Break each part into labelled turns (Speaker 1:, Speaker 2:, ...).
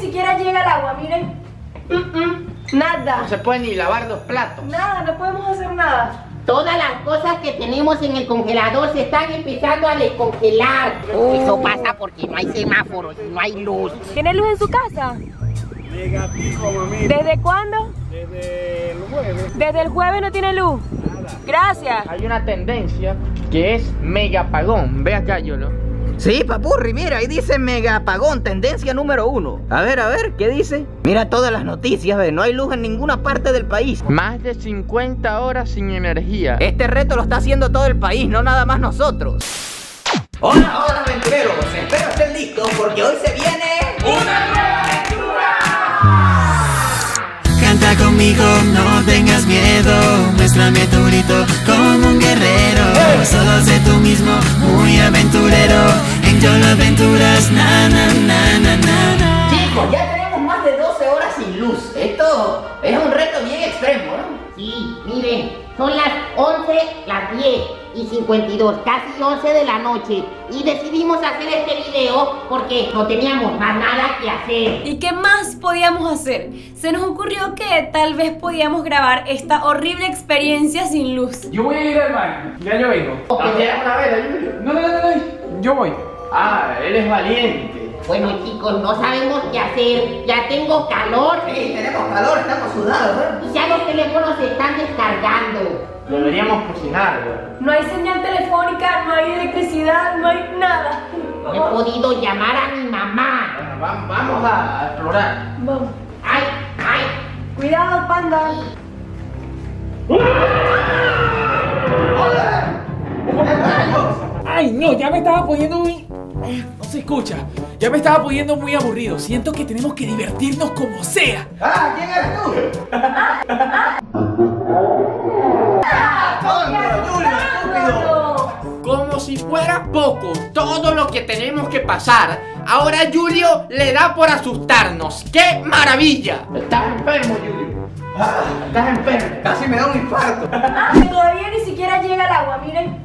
Speaker 1: siquiera llega el agua, miren. Mm, mm, nada.
Speaker 2: No se pueden ni lavar los platos.
Speaker 1: Nada, no podemos hacer nada.
Speaker 3: Todas las cosas que tenemos en el congelador se están empezando a descongelar. Eso pasa porque no hay semáforos, y no hay luz.
Speaker 1: ¿Tiene luz en su casa?
Speaker 4: Negativo, mamita.
Speaker 1: ¿Desde cuándo?
Speaker 4: Desde el jueves.
Speaker 1: Desde el jueves no tiene luz. Gracias.
Speaker 2: Hay una tendencia que es mega apagón. Ve acá, Yolo.
Speaker 5: Sí, papurri, mira, ahí dice mega apagón, tendencia número uno. A ver, a ver, ¿qué dice? Mira todas las noticias, ve, no hay luz en ninguna parte del país.
Speaker 2: Más de 50 horas sin energía.
Speaker 5: Este reto lo está haciendo todo el país, no nada más nosotros. Hola, hola, aventureros. Espero estén listos porque hoy se viene una nueva
Speaker 6: Canta conmigo, no tengas miedo. Muéstrame tu grito como un guerrero. Solo sé tú mismo, muy aventurero. En Yolo Aventuras, na na na na na na.
Speaker 3: Chicos, ya
Speaker 5: Ya tenemos más de 12 horas sin luz. Esto es un reto bien extremo, ¿no?
Speaker 3: Sí, miren, son las 11, las 10 y 52, casi 11 de la noche. Y decidimos hacer este video porque no teníamos más nada que hacer.
Speaker 1: ¿Y qué más podíamos hacer? Se nos ocurrió que tal vez podíamos grabar esta horrible experiencia sin luz.
Speaker 7: Yo voy a ir al baño, ya yo vengo.
Speaker 2: una vela, Yolo.
Speaker 7: No, no, no, no, yo voy.
Speaker 2: Ah, eres valiente.
Speaker 3: Bueno, chicos, no sabemos qué hacer. Ya tengo calor
Speaker 5: Sí, tenemos calor, estamos sudados, ¿eh? ¿no?
Speaker 3: y ya los teléfonos se están descargando.
Speaker 2: Deberíamos cocinar, güey.
Speaker 1: No hay señal telefónica, no hay electricidad, no hay nada.
Speaker 3: No he podido llamar a mi mamá.
Speaker 2: Bueno, va- vamos a, a explorar.
Speaker 1: Vamos.
Speaker 3: Ay, ay,
Speaker 1: Cuidado, panda.
Speaker 7: Ay, no, ya me estaba poniendo muy. Ay, No se escucha. Ya me estaba poniendo muy aburrido. Siento que tenemos que divertirnos como sea.
Speaker 5: ¡Ah! ¿Quién eres tú? ¡Ah! Julio, estúpido!
Speaker 2: Como si fuera poco todo lo que tenemos que pasar, ahora Julio le da por asustarnos. ¡Qué maravilla! Estás enfermo, Julio. Ah, Estás enfermo.
Speaker 5: Casi me da un infarto.
Speaker 1: Ah, Todavía ni siquiera llega el agua, miren.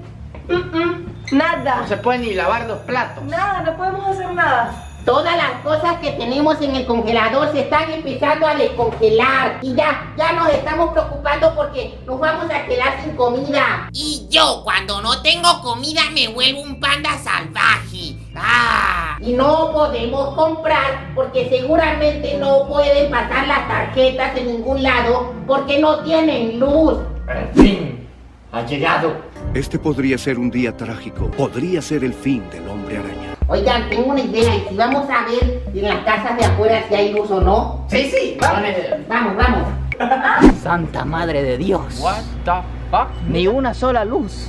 Speaker 1: Mm, mm,
Speaker 2: No
Speaker 1: Nada.
Speaker 2: se pueden ni lavar los platos.
Speaker 1: Nada, no podemos hacer nada.
Speaker 3: Todas las cosas que tenemos en el congelador se están empezando a descongelar. Y ya, ya nos estamos preocupando porque nos vamos a quedar sin comida. Y yo, cuando no tengo comida, me vuelvo un panda salvaje. ¡Ah! Y no podemos comprar porque seguramente no pueden pasar las tarjetas en ningún lado porque no tienen luz.
Speaker 2: En fin, ha llegado.
Speaker 8: Este podría ser un día trágico. Podría ser el fin del hombre araña.
Speaker 3: Oigan, tengo una idea. Y si vamos a ver en las casas de afuera si hay luz o no.
Speaker 2: Sí, sí, vamos.
Speaker 3: Vamos, vamos.
Speaker 5: Santa madre de Dios.
Speaker 2: What the fuck?
Speaker 5: Ni una sola luz.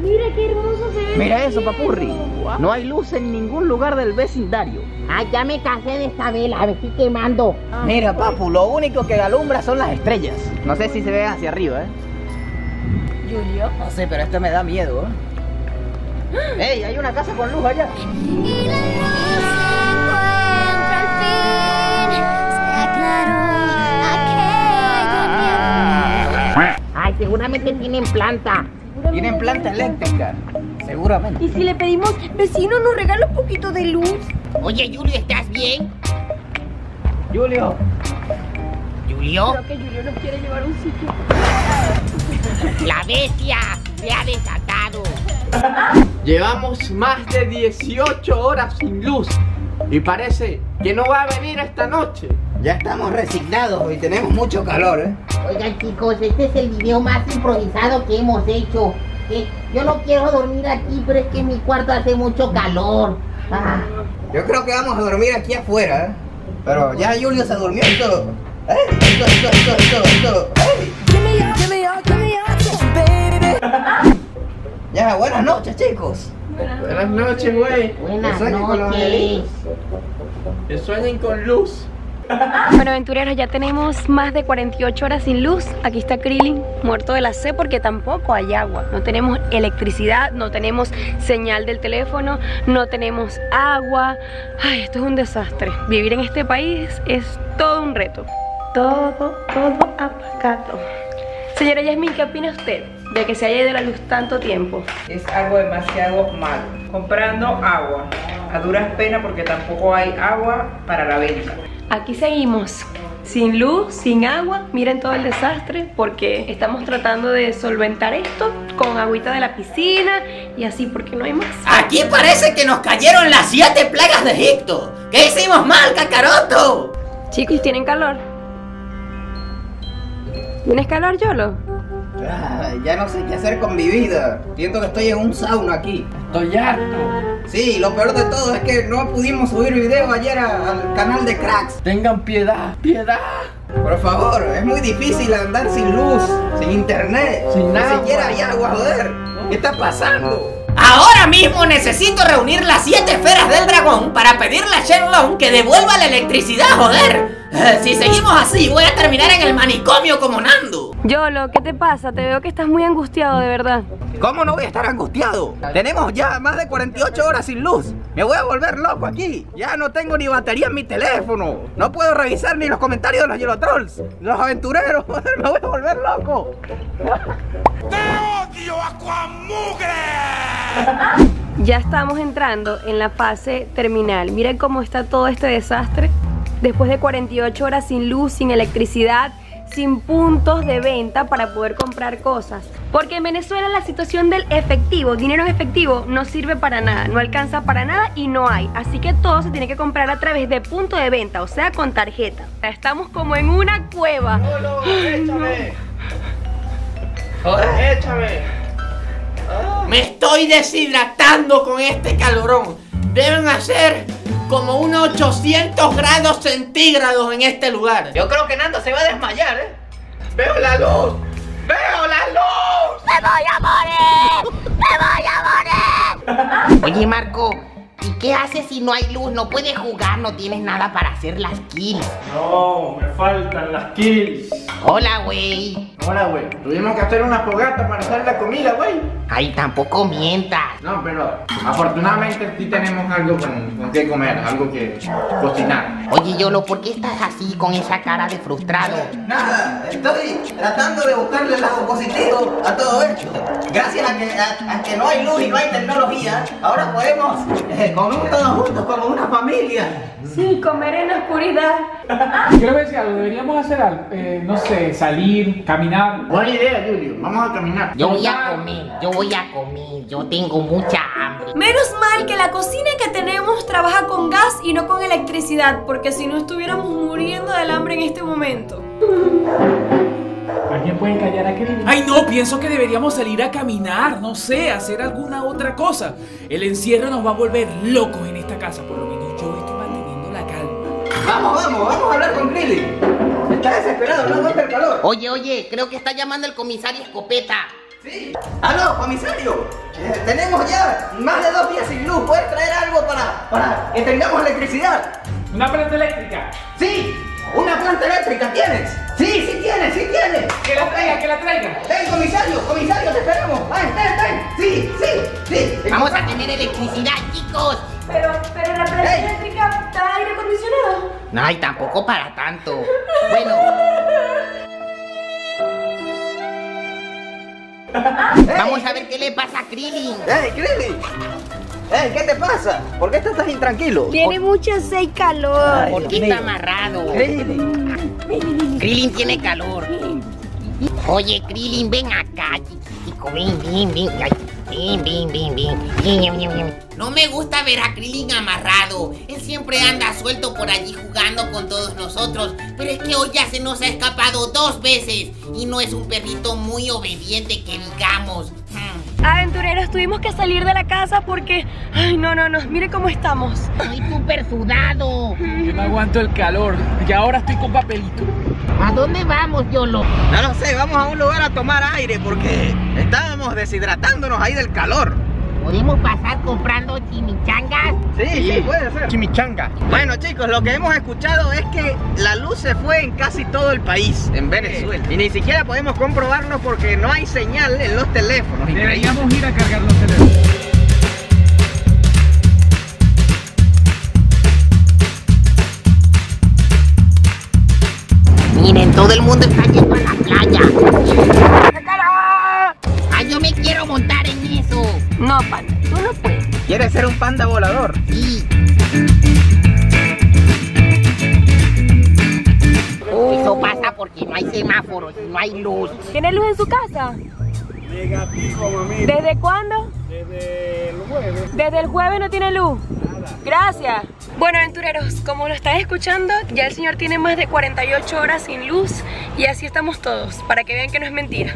Speaker 1: Mira qué hermoso se ve.
Speaker 5: Mira eso, papurri. No hay luz en ningún lugar del vecindario.
Speaker 3: Ay, ya me cansé de esta vela, me estoy quemando.
Speaker 5: Mira, papu, lo único que alumbra son las estrellas. No sé si se ve hacia arriba, ¿eh?
Speaker 1: Julio.
Speaker 5: No sé, pero esto me da miedo, ¿eh? ¡Ey! Hay una casa con luz allá.
Speaker 9: Y la luz se encuentra al fin, se aclaró aquello en mi
Speaker 3: Ay, seguramente tienen planta.
Speaker 5: Ah. Tienen planta eléctrica. Seguramente.
Speaker 1: Y si le pedimos, vecino, nos regala un poquito de luz.
Speaker 3: Oye, Julio, ¿estás bien?
Speaker 5: Julio.
Speaker 3: Julio,
Speaker 1: Creo que Julio nos quiere llevar a un sitio.
Speaker 3: la bestia se ha desatado.
Speaker 2: Llevamos más de 18 horas sin luz y parece que no va a venir esta noche.
Speaker 5: Ya estamos resignados y tenemos mucho calor, ¿eh?
Speaker 3: Oigan, chicos, este es el video más improvisado que hemos hecho. Eh, yo no quiero dormir aquí, pero es que en mi cuarto hace mucho calor. Ah,
Speaker 5: Yo creo que vamos a dormir aquí afuera, ¿eh? Pero ya Julio se durmió y todo. ¡Ey! Y todo, y todo, y todo, y todo, y todo. ¡Ey! Ya, buenas noches, chicos.
Speaker 2: Buenas noches, güey.
Speaker 3: buenas
Speaker 5: Sueñen con los
Speaker 3: noches.
Speaker 5: angelitos.
Speaker 2: Que sueñen con luz.
Speaker 10: Bueno, aventureros, ya tenemos más de 48 horas sin luz. Aquí está Krillin, muerto de la sed porque tampoco hay agua. No tenemos electricidad, no tenemos señal del teléfono, no tenemos agua. Ay, esto es un desastre. Vivir en este país es todo un reto. Todo, todo apagado. Señora Yasmin, ¿qué opina usted de que se haya ido la luz tanto tiempo?
Speaker 11: es algo demasiado malo. Comprando agua, a duras penas porque tampoco hay agua para la venta.
Speaker 10: Aquí seguimos. Sin luz, sin agua, miren todo el desastre porque estamos tratando de solventar esto con agüita de la piscina y así porque no hay más.
Speaker 12: Aquí parece que nos cayeron las siete plagas de Egipto. ¿Qué hicimos mal, cacaroto?
Speaker 10: Chicos, ¿tienen calor? ¿Tienes calor, Yolo?
Speaker 5: Ah, ya no sé qué hacer con mi vida. Siento que estoy en un sauna aquí. Estoy harto. Sí, lo peor de todo es que no pudimos subir video ayer a- al canal de Cracks. Tengan piedad, piedad. Por favor, es muy difícil andar sin luz, sin internet,
Speaker 12: Sin
Speaker 5: ni
Speaker 12: agua.
Speaker 5: siquiera hay agua, joder. ¿Qué está pasando?
Speaker 12: Ahora mismo necesito reunir las siete esferas del dragón para pedirle a Shenlong que devuelva la electricidad, joder. Eh, Si seguimos así, voy a terminar en el manicomio como Nando.
Speaker 10: Yolo, ¿qué te pasa? Te veo que estás muy angustiado, de verdad.
Speaker 5: ¿Cómo no voy a estar angustiado? Tenemos ya más de 48 horas sin luz. Me voy a volver loco aquí. Ya no tengo ni batería en mi teléfono. No puedo revisar ni los comentarios de los Yolotrolls. Los aventureros, joder, me voy a volver loco.
Speaker 10: Ya estamos entrando en la fase terminal. Miren cómo está todo este desastre. Después de 48 horas sin luz, sin electricidad, sin puntos de venta para poder comprar cosas. Porque en Venezuela la situación del efectivo, dinero en efectivo, no sirve para nada, no alcanza para nada y no hay. Así que todo se tiene que comprar a través de punto de venta, o sea, con tarjeta. Estamos como en una cueva. Ay, no.
Speaker 2: Échame. Me estoy deshidratando con este calorón. Deben hacer como unos 800 grados centígrados en este lugar. Yo creo que Nando se va a desmayar, ¿eh? ¡Veo la luz! ¡Veo la luz!
Speaker 9: ¡Me voy a morir! ¡Me voy a morir!
Speaker 3: Oye, Marco, ¿y qué haces si no hay luz? No puedes jugar, no tienes nada para hacer las kills.
Speaker 13: No, me faltan las kills.
Speaker 3: Hola, güey.
Speaker 2: Hola, güey. Tuvimos que hacer una fogata para hacer la comida, güey.
Speaker 3: Ay, tampoco mientas.
Speaker 2: No, pero afortunadamente sí tenemos algo con, con que comer, algo que cocinar.
Speaker 3: Oye, Yolo, ¿por qué estás así con esa cara de frustrado?
Speaker 5: Nada, estoy tratando de buscarle el lado positivo a todo esto. Gracias a que, a- a que no hay luz y no hay tecnología, ahora podemos eh, comer todos juntos como una familia.
Speaker 10: Sí, comer en la oscuridad.
Speaker 7: Creo que decía, algo, deberíamos hacer algo. eh, no sé, salir, caminar.
Speaker 2: Buena idea, Julio. Vamos a caminar.
Speaker 3: Yo voy a comer, yo voy a comer, yo tengo mucha hambre.
Speaker 1: Menos mal que la cocina que tenemos trabaja con gas y no con electricidad, porque si no estuviéramos muriendo del hambre en este momento.
Speaker 7: ¿Alguien puede callar a Krillin? Ay, no, pienso que deberíamos salir a caminar, no sé, hacer alguna otra cosa. El encierro nos va a volver locos en esta casa, por lo menos yo estoy manteniendo la calma.
Speaker 5: Vamos, vamos, vamos a hablar con Krillin. Está desesperado, no aguanta el calor.
Speaker 3: Oye, oye, creo que está llamando el comisario Escopeta.
Speaker 5: Sí. Aló, comisario. Eh, tenemos ya más de dos días sin luz. ¿Puedes traer algo para, para que tengamos electricidad?
Speaker 7: ¿Una planta eléctrica?
Speaker 5: Sí. ¿Una planta eléctrica tienes? Sí, sí tienes, sí tienes.
Speaker 7: Que la traiga, que la traiga.
Speaker 5: Ven, comisario, comisario, te esperamos. Ven, ven, ven. Sí, sí, sí.
Speaker 3: Vamos a tener electricidad, chicos.
Speaker 1: Pero, pero la planta eléctrica está aire acondicionado.
Speaker 3: Ay, tampoco para tanto. Bueno, vamos a ver qué le pasa a Krillin.
Speaker 5: ¡Ey, Krillin! ¡Ey, qué te pasa! ¿Por qué estás tan intranquilo?
Speaker 10: Tiene mucha sed y calor.
Speaker 3: ¿Por qué está amarrado? Krillin tiene calor. Oye, Krillin, ven acá, chiquitico. Ven, ven, ven. Ay, ven, ven, ven, ven. Ven, ven, ven, ven.
Speaker 11: No me gusta ver a Krillin amarrado. Él siempre anda suelto por allí jugando con todos nosotros.
Speaker 3: Pero es que hoy ya se nos ha escapado dos veces y no es un perrito muy obediente que digamos.
Speaker 10: Aventureros, tuvimos que salir de la casa porque... Ay, no, no, no, mire cómo estamos.
Speaker 3: Estoy súper sudado.
Speaker 7: Yo no aguanto el calor y ahora estoy con papelito.
Speaker 3: ¿A dónde vamos, Yolo?
Speaker 5: No lo sé, vamos a un lugar a tomar aire porque estábamos deshidratándonos ahí del calor.
Speaker 3: ¿Podemos pasar comprando chimichangas?
Speaker 5: Sí, sí, puede ser.
Speaker 2: Chimichanga.
Speaker 5: Bueno chicos, lo que hemos escuchado es que la luz se fue en casi todo el país, en Venezuela. Y ni siquiera podemos comprobarlo porque no hay señal en los teléfonos.
Speaker 7: Deberíamos ir a cargar los teléfonos.
Speaker 3: Miren, todo el mundo está yendo a la playa. ¡Ay, yo me quiero montar en eso!
Speaker 10: No, panda, tú no puedes.
Speaker 5: ¿Quieres ser un panda volador?
Speaker 3: Eso pasa porque no hay semáforos y no hay luz.
Speaker 10: ¿Tiene luz en su casa?
Speaker 4: Negativo, mamita.
Speaker 10: ¿Desde cuándo?
Speaker 4: Desde el jueves.
Speaker 10: Desde el jueves no tiene luz. Gracias. Bueno, aventureros, como lo están escuchando, ya el señor tiene más de 48 horas sin luz y así estamos todos, para que vean que no es mentira.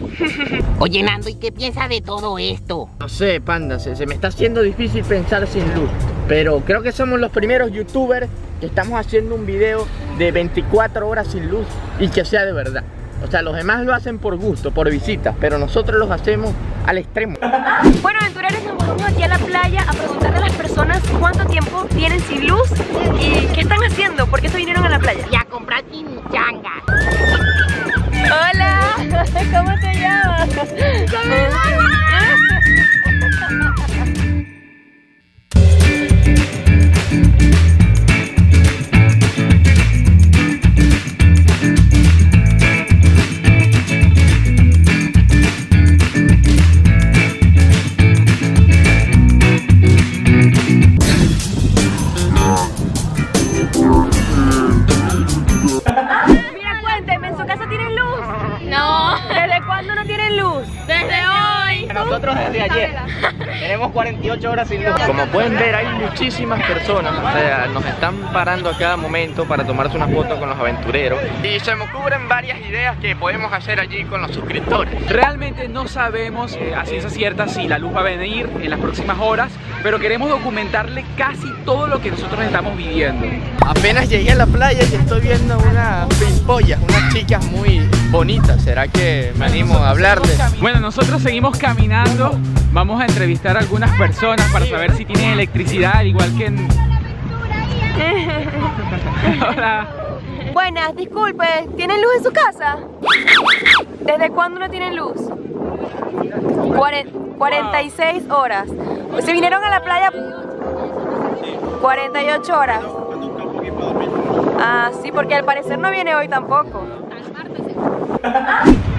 Speaker 3: Oye, Nando, ¿y qué piensas de todo esto?
Speaker 2: No sé, panda, se, se me está haciendo difícil pensar sin luz. Pero creo que somos los primeros youtubers que estamos haciendo un video de 24 horas sin luz y que sea de verdad. O sea, los demás lo hacen por gusto, por visitas, pero nosotros los hacemos al extremo.
Speaker 10: Bueno, aventureros, nos vamos aquí a la playa a preguntarle a las personas cuánto tiempo tienen sin luz y qué están haciendo, por qué se vinieron a la playa.
Speaker 3: Y a comprar chimichanga.
Speaker 10: Hola, ¿cómo te llamas? Mira, cuénteme, ¿en su casa tienen luz? No. ¿Desde cuándo no tienen luz? Desde hoy.
Speaker 2: Nosotros desde ayer tenemos 48 horas sin luz. Como pueden ver, hay muchísimas personas. O sea, nos están parando a cada momento para tomarse una foto con los aventureros. Y se me ocurren varias ideas que podemos hacer allí con los suscriptores.
Speaker 7: Realmente no sabemos eh, a ciencia cierta si la luz va a venir en las próximas horas, pero queremos documentarle casi todo lo que nosotros estamos viviendo.
Speaker 2: Apenas llegué a la playa y estoy viendo unas pimpollas, unas chicas muy bonitas. ¿Será que me animo a hablarles?
Speaker 7: Bueno, nosotros seguimos caminando, vamos a entrevistar a algunas personas para saber si tienen electricidad, al igual que en... Hola.
Speaker 10: Buenas, disculpe, ¿tienen luz en su casa? ¿Desde cuándo no tienen luz? Cuaren- 46 horas. ¿Se vinieron a la playa? 48 horas. Ah, sí, porque al parecer no viene hoy tampoco.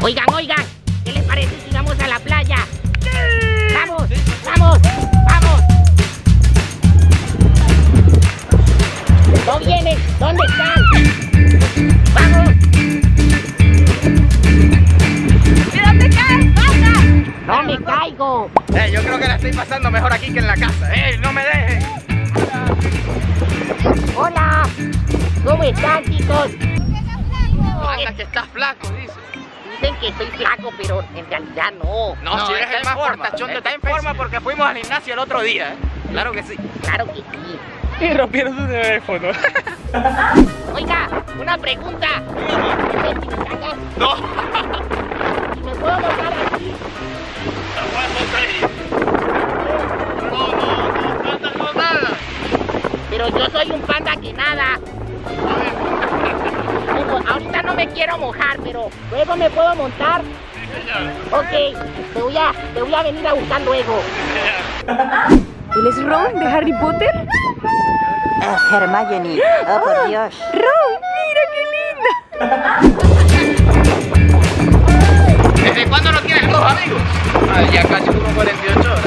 Speaker 3: Oigan, oigan, ¿qué les parece si vamos a la playa? ¡Vamos! ¡Vamos! ¡Vamos! ¿No vienen? ¿Dónde están? ¡Vamos!
Speaker 10: ¡Mira, te caes! ¡Pasa!
Speaker 3: ¡No me caigo!
Speaker 2: Eh, yo creo que la estoy pasando mejor aquí que en la casa. ¡Eh, no me dejes!
Speaker 3: ¡Hola! ¿Cómo están, chicos?
Speaker 2: Anda, que estás flaco, dice.
Speaker 3: Dicen que soy flaco, pero en realidad no.
Speaker 2: No, si eres el más fortachón de Está en forma porque fuimos al gimnasio el otro día. eh. Claro que sí.
Speaker 3: Claro que sí.
Speaker 2: Y rompieron su teléfono.
Speaker 3: Oiga, una pregunta.
Speaker 2: No.
Speaker 3: ¿Y ¿Me puedo montar aquí? Pero yo soy un panda que nada. Bueno, ahorita no me quiero mojar, pero luego me puedo montar. Ok, te voy a, te voy a venir a buscar luego.
Speaker 10: ¿Él es Ron de Harry Potter? Ah,
Speaker 14: Hermione, oh por Dios.
Speaker 10: ¡Ron, mira qué linda!
Speaker 2: ¿Desde cuándo no tienes luz, amigos? ya casi como 48 horas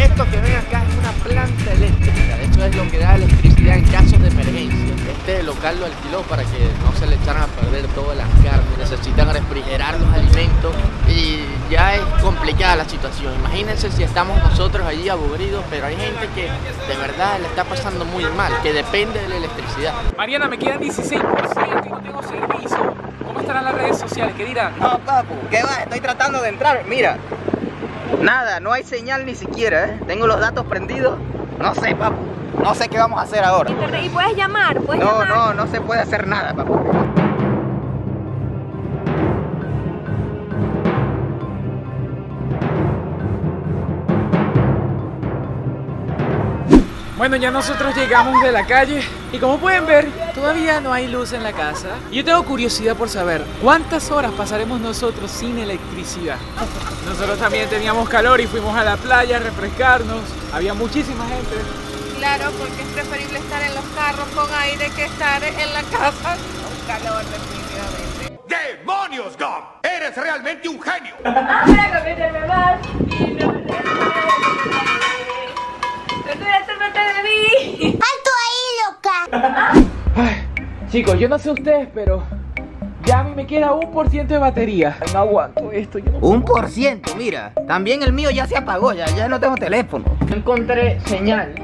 Speaker 2: Esto que ven acá es una planta eléctrica. De hecho, es lo que da electricidad en casos de emergencia. Este local lo alquiló para que no se le echaran a perder todas las carnes. Necesitan refrigerar los alimentos y ya es complicada la situación. Imagínense si estamos nosotros allí aburridos, pero hay gente que de verdad le está pasando muy mal, que depende de la electricidad.
Speaker 7: Mariana, me quedan 16% y no tengo servicio. ¿Cómo estarán las redes sociales? ¿Qué dirán?
Speaker 5: No, papu, ¿qué va? Estoy tratando de entrar. Mira, nada, no hay señal ni siquiera, ¿eh? Tengo los datos prendidos. No sé, papu, no sé qué vamos a hacer ahora.
Speaker 10: Y puedes llamar, puedes
Speaker 5: No,
Speaker 10: llamar.
Speaker 5: no, no se puede hacer nada, papu.
Speaker 7: Bueno, ya nosotros llegamos de la calle y como pueden ver, todavía no hay luz en la casa. Y Yo tengo curiosidad por saber cuántas horas pasaremos nosotros sin electricidad. Nosotros también teníamos calor y fuimos a la playa a refrescarnos. Había muchísima gente.
Speaker 15: Claro, porque es preferible estar en los carros con aire que estar en la casa con calor, definitivamente.
Speaker 14: ¡Demonios, Gob! ¡Eres realmente un genio!
Speaker 9: Ahora cométeme más y no te de mí! ¡Alto ahí, loca!
Speaker 7: Chicos, yo no sé ustedes, pero ya a mí me queda un por ciento de batería. No aguanto esto. Yo no...
Speaker 5: Un por ciento, mira. También el mío ya se apagó, ya, ya no tengo teléfono.
Speaker 2: Yo encontré señal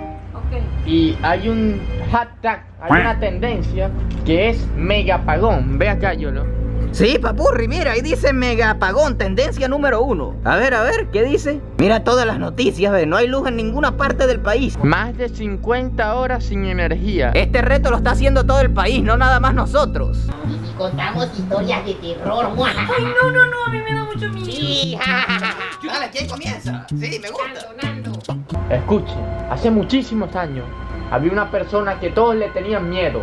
Speaker 2: y hay un hashtag, hay una tendencia que es megapagón. Ve acá, Yolo.
Speaker 5: Sí, papurri, mira, ahí dice megapagón, tendencia número uno. A ver, a ver, ¿qué dice? Mira todas las noticias, ve, no hay luz en ninguna parte del país.
Speaker 2: Más de 50 horas sin energía.
Speaker 5: Este reto lo está haciendo todo el país, no nada más nosotros.
Speaker 3: Y si contamos historias de terror, ¡mua!
Speaker 1: Ay, no, no, no, a mí me da mucho miedo.
Speaker 3: Sí, ja, ja, ja, ja.
Speaker 5: Dale, ¿quién comienza? Sí, me gusta.
Speaker 3: Nando, Nando.
Speaker 2: Escuchen, hace muchísimos años había una persona que todos le tenían miedo.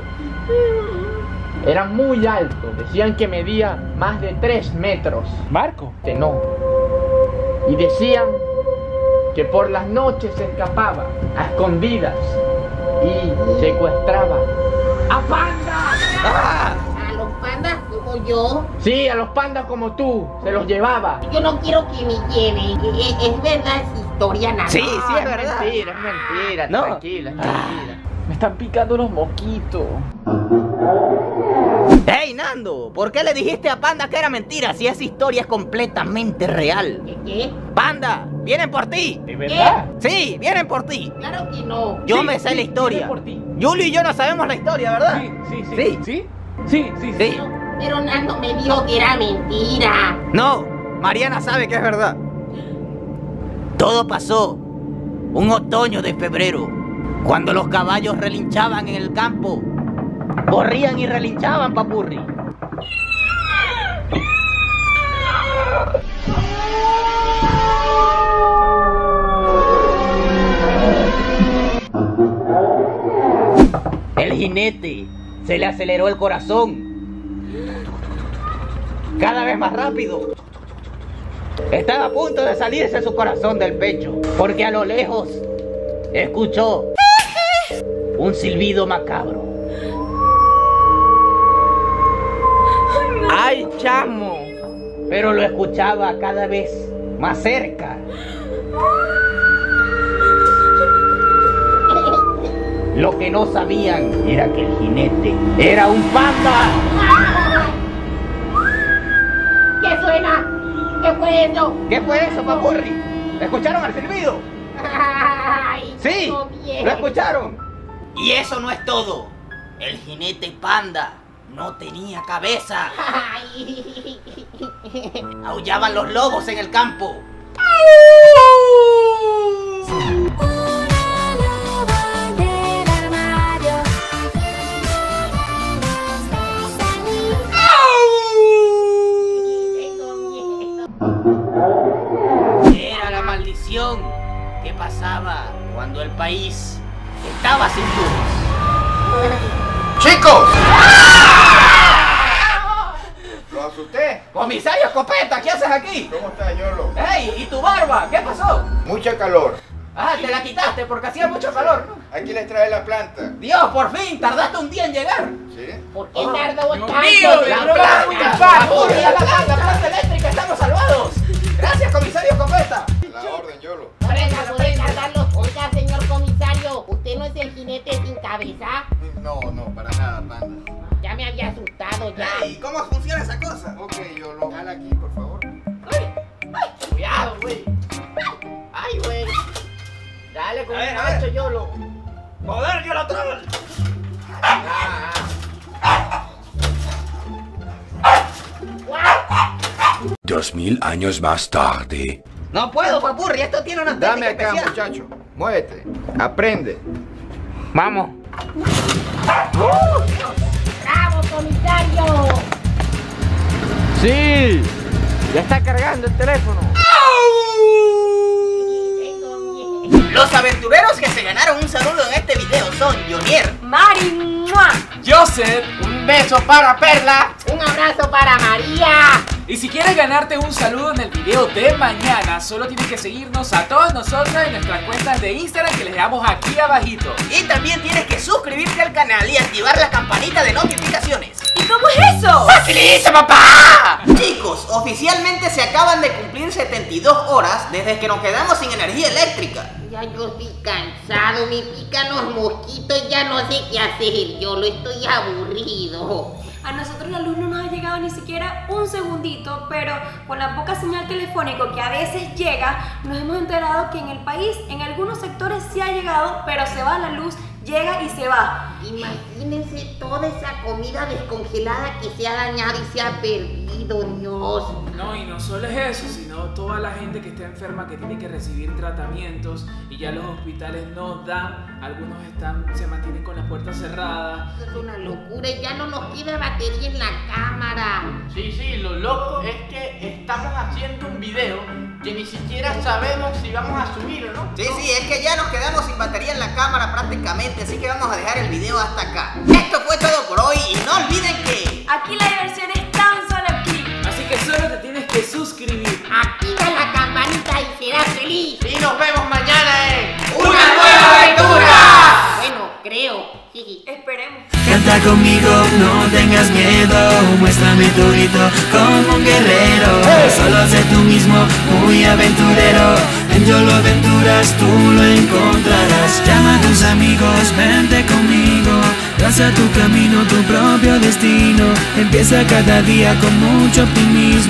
Speaker 2: Era muy alto, decían que medía más de 3 metros.
Speaker 7: ¿Marco?
Speaker 2: Que no. Y decían que por las noches se escapaba a escondidas y secuestraba a pandas. ¡Ah!
Speaker 3: A los pandas como yo.
Speaker 2: Sí, a los pandas como tú, se los llevaba.
Speaker 3: Yo no quiero que me lleven. Es, es verdad esa historia, nada.
Speaker 5: Sí, sí, es
Speaker 2: es
Speaker 5: verdad.
Speaker 2: mentira, es mentira,
Speaker 5: No.
Speaker 2: tranquila, tranquila.
Speaker 7: Ah, Me están picando los mosquitos.
Speaker 5: Hey, Nando, ¿por qué le dijiste a Panda que era mentira si esa historia es completamente real?
Speaker 3: ¿Qué, ¿Qué?
Speaker 5: Panda, vienen por ti.
Speaker 7: ¿De
Speaker 3: verdad?
Speaker 5: Sí, vienen por ti.
Speaker 3: Claro que no.
Speaker 5: Yo
Speaker 7: Sí,
Speaker 5: me sé
Speaker 7: sí,
Speaker 5: la historia.
Speaker 7: vienen por ti.
Speaker 5: Julio y yo no sabemos la historia, ¿verdad?
Speaker 7: Sí, sí,
Speaker 5: Sí.
Speaker 7: sí. ¿Sí? Sí, sí, sí.
Speaker 5: Sí.
Speaker 3: Pero Nando me dijo que era mentira.
Speaker 5: No, Mariana sabe que es verdad. Todo pasó un otoño de febrero, cuando los caballos relinchaban en el campo. Corrían y relinchaban, papurri. El jinete se le aceleró el corazón. Cada vez más rápido. Estaba a punto de salirse su corazón del pecho, porque a lo lejos escuchó un silbido macabro. ¡Ay, chamo! Pero lo escuchaba cada vez más cerca. Lo que no sabían era que el jinete era un panda.
Speaker 3: ¿Qué suena? ¿Qué fue eso?
Speaker 5: ¿Qué fue eso, papurri? ¿Escucharon el silbido?
Speaker 3: Ay,
Speaker 5: Sí,
Speaker 3: no bien.
Speaker 5: lo escucharon. Eh. Y eso no es todo. El jinete panda no tenía cabeza.
Speaker 3: Ay.
Speaker 5: Aullaban los lobos en el campo.
Speaker 3: Tengo miedo.
Speaker 5: Era la maldición que pasaba cuando el país estaba sin luz.
Speaker 14: ¡Chicos! ¿Lo asusté?
Speaker 5: Comisario Escopeta, ¿qué haces aquí?
Speaker 14: ¿Cómo está, Yolo?
Speaker 5: ¡Ey! ¿Y tu barba? ¿Qué pasó?
Speaker 14: Mucha calor.
Speaker 5: Ah, te la quitaste porque hacía mucho calor. ¿no?
Speaker 14: Aquí les trae la planta.
Speaker 5: Dios, por fin, tardaste un día en llegar.
Speaker 14: ¿Sí?
Speaker 3: ¿Por qué tardó tanto?
Speaker 5: ¡La
Speaker 3: La
Speaker 5: planta!
Speaker 3: plata.
Speaker 5: ¡Apurre la planta! ¡La planta eléctrica! ¡Estamos salvados! ¡Gracias, comisario Escopeta!
Speaker 14: La orden, Yolo.
Speaker 3: Oiga, oiga, Carlos, oiga, señor comisario, ¿usted no es el jinete sin cabeza?
Speaker 14: No, no, para nada, panda.
Speaker 3: Ya me había asustado ya.
Speaker 5: ¿Y cómo funciona esa cosa?
Speaker 14: Ok, Yolo, jala aquí, por favor.
Speaker 2: Cuidado, güey. Ay, güey. Dale con el macho, Yolo.
Speaker 5: ¡Joder, yo lo traigo!
Speaker 8: Dos mil años más tarde.
Speaker 5: ¡No puedo, papurri! ¡Esto tiene una técnica
Speaker 14: Dame acá,
Speaker 5: especial!
Speaker 14: muchacho. Muévete. Aprende.
Speaker 2: Vamos.
Speaker 3: ¡Bravo, comisario!
Speaker 2: Sí. Ya está cargando el teléfono.
Speaker 3: Tengo miedo.
Speaker 5: Los aventureros que se ganaron un saludo en este video son Jonier,
Speaker 1: Mari, ¡mua!
Speaker 7: Joseph,
Speaker 2: Un beso para Perla.
Speaker 3: Un abrazo para María.
Speaker 7: y si quieres ganarte un saludo en el video de mañana, solo tienes que seguirnos a todos nosotros en nuestras cuentas de Instagram que les damos aquí abajito.
Speaker 5: y también tienes que suscribirte al canal y activar la campanita de notificaciones.
Speaker 1: Y
Speaker 10: ¿Cómo es eso?
Speaker 5: ¡Facilísimo, papá! Chicos, oficialmente se acaban de cumplir 72 horas desde que nos quedamos sin energía eléctrica.
Speaker 3: Ya yo estoy cansado, me pican los mosquitos, ya no sé qué hacer, yo lo estoy aburrido.
Speaker 10: A nosotros la luz no nos ha llegado ni siquiera un segundito, pero con la poca señal telefónica que a veces llega, nos hemos enterado que en el país, en algunos sectores sí ha llegado, pero se va la luz, llega y se va.
Speaker 3: Imagínense toda esa comida descongelada que se ha dañado y se ha perdido, Dios.
Speaker 7: No, y no solo es eso, sino toda la gente que está enferma que tiene que recibir tratamientos y ya los hospitales no dan, algunos están, se mantienen con las puertas cerradas.
Speaker 3: Es una locura, ya no nos queda batería en la cámara.
Speaker 2: Sí, sí, lo loco es que estamos haciendo un video que ni siquiera sabemos si vamos a subir o no.
Speaker 5: Sí, sí, es que ya nos quedamos sin batería en la cámara prácticamente, así que vamos a dejar el video hasta acá. Esto fue todo por hoy y no olviden que...
Speaker 10: Aquí la diversión es tan solo aquí.
Speaker 7: Así que solo te tienes que suscribir.
Speaker 3: Activa la campanita y serás feliz.
Speaker 2: Y nos vemos mañana en...
Speaker 5: ¡Una nueva aventura!
Speaker 3: Bueno, creo. Sí.
Speaker 10: Esperemos.
Speaker 6: Canta conmigo, no tengas miedo, muéstrame tu grito como un guerrero. Solo sé tú mismo, muy aventurero. En yo lo aventuras, tú lo encontrarás. Llama a tus amigos, vente conmigo. Traza tu camino, tu propio destino. Empieza cada día con mucho optimismo.